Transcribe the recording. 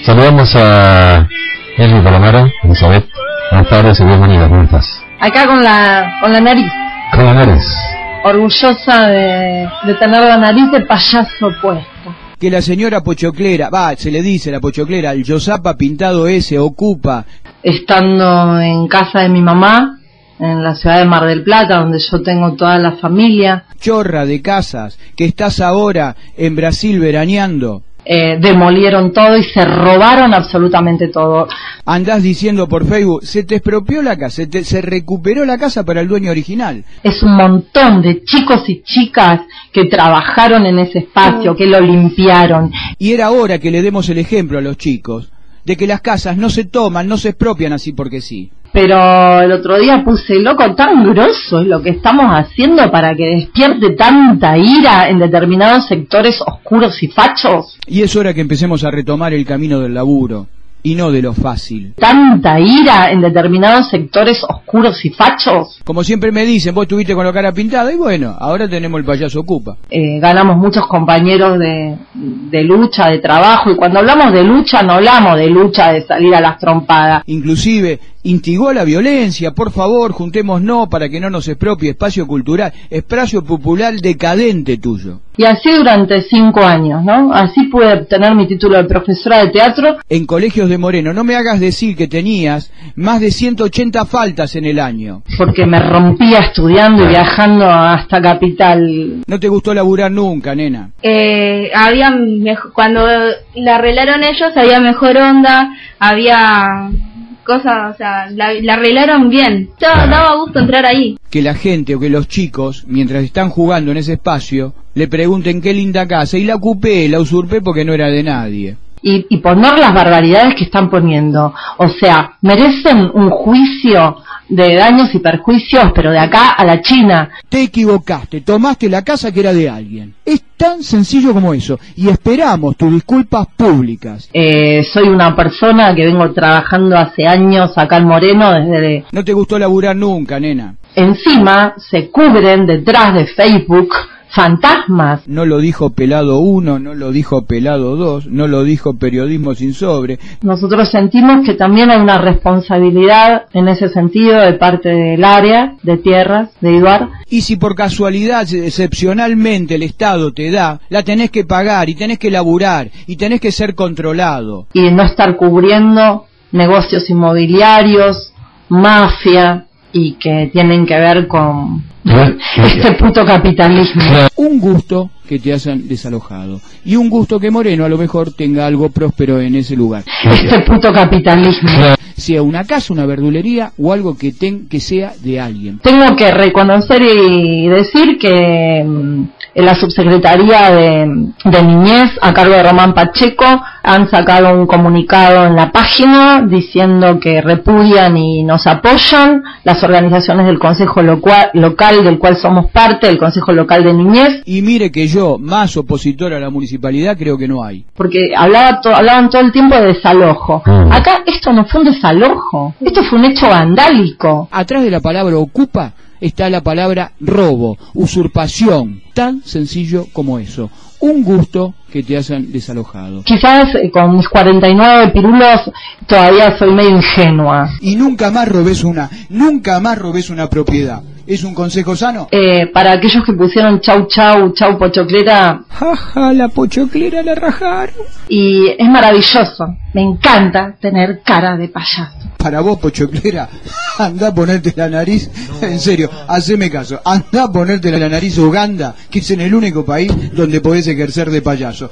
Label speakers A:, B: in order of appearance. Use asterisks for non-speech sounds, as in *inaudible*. A: Saludamos a Elvi Palomara, Elizabeth. Buenas tardes y bienvenidas, ¿cómo estás?
B: Acá con la, con la nariz,
A: ¿Cómo eres?
B: orgullosa de, de tener la nariz de payaso puesta.
C: que la señora Pochoclera, va, se le dice la Pochoclera, el Yosapa pintado ese ocupa.
B: Estando en casa de mi mamá, en la ciudad de Mar del Plata, donde yo tengo toda la familia,
C: Chorra de casas, que estás ahora en Brasil veraneando.
B: eh, demolieron todo y se robaron absolutamente todo.
C: Andás diciendo por Facebook, se te expropió la casa, se, te- se recuperó la casa para el dueño original.
B: Es un montón de chicos y chicas que trabajaron en ese espacio, que lo limpiaron.
C: Y era hora que le demos el ejemplo a los chicos, de que las casas no se toman, no se expropian así porque sí.
B: Pero el otro día puse, loco, tan grosso es lo que estamos haciendo para que despierte tanta ira en determinados sectores oscuros y fachos.
C: Y es hora que empecemos a retomar el camino del laburo, y no de lo fácil.
B: Tanta ira en determinados sectores oscuros y fachos.
C: Como siempre me dicen, vos estuviste con la cara pintada, y bueno, ahora tenemos el payaso ocupa.
B: Eh, ganamos muchos compañeros de, de lucha, de trabajo, y cuando hablamos de lucha no hablamos de lucha de salir a las trompadas.
C: Inclusive instigó la violencia, por favor, juntémonos para que no nos expropie espacio cultural, espacio popular decadente tuyo.
B: Y así durante cinco años, ¿no? Así pude obtener mi título de profesora de teatro
C: En colegios de Moreno, no me hagas decir que tenías más de 180 faltas en el año.
B: porque me rompía estudiando y viajando hasta Capital
C: No te gustó laburar nunca, nena.
D: eh, había mej- cuando la arreglaron ellos había mejor onda, había cosas, o sea, la, la arreglaron bien. Daba, daba gusto entrar ahí.
C: Que la gente o que los chicos, mientras están jugando en ese espacio, le pregunten qué linda casa y la ocupé, la usurpé porque no era de nadie.
B: y, y poner las barbaridades que están poniendo. O sea, merecen un juicio de daños y perjuicios, pero de acá a la China.
C: Te equivocaste, tomaste la casa que era de alguien. Es tan sencillo como eso y esperamos tus disculpas públicas.
B: Eh, soy una persona que vengo trabajando hace años acá en Moreno, desde
C: No te gustó laburar nunca, nena.
B: encima se cubren detrás de Facebook fantasmas.
C: No lo dijo Pelado 1, no lo dijo Pelado 2, no lo dijo Periodismo sin sobre.
B: Nosotros sentimos que también hay una responsabilidad en ese sentido de parte del área de tierras de Ibar
C: Y si por casualidad, excepcionalmente, el Estado te da, la tenés que pagar y tenés que laburar y tenés que ser controlado.
B: y no estar cubriendo negocios inmobiliarios, mafia y que tienen que ver con
A: Igual,
B: *laughs* este puto capitalismo.
C: Un gusto que te hayan desalojado y un gusto que Moreno a lo mejor tenga algo próspero en ese lugar.
B: Este puto capitalismo.
C: Sea una casa, una verdulería o algo que, ten, que sea de alguien.
B: Tengo que reconocer y decir que mm, en la subsecretaría de, de niñez a cargo de Román Pacheco han sacado un comunicado en la página diciendo que repudian y nos apoyan las organizaciones del Consejo Locua- Local del cual somos parte, el Consejo Local de Niñez,
C: Y mire que yo, más opositor a la municipalidad, creo que no hay.
B: porque hablaba to- hablaban todo el tiempo de desalojo.
A: Mm.
B: Acá esto no fue un desalojo, esto fue un hecho vandálico.
C: Atrás de la palabra ocupa está la palabra robo, usurpación, tan sencillo como eso. Un gusto que te hayan desalojado.
B: Quizás eh, con mis 49 pirulos todavía soy medio ingenua.
C: Y nunca más robes una, nunca más robes una propiedad. ¿Es un consejo sano?
B: Eh, para aquellos que pusieron chau chau, chau pochoclera,
C: Jaja, la pochoclera la rajaron.
B: y es maravilloso, me encanta tener cara de payaso.
C: Para vos, pochoclera, *laughs* anda a ponerte la nariz, en serio, haceme caso, anda a ponerte la nariz Uganda, que es en el único país donde podés ejercer de payaso.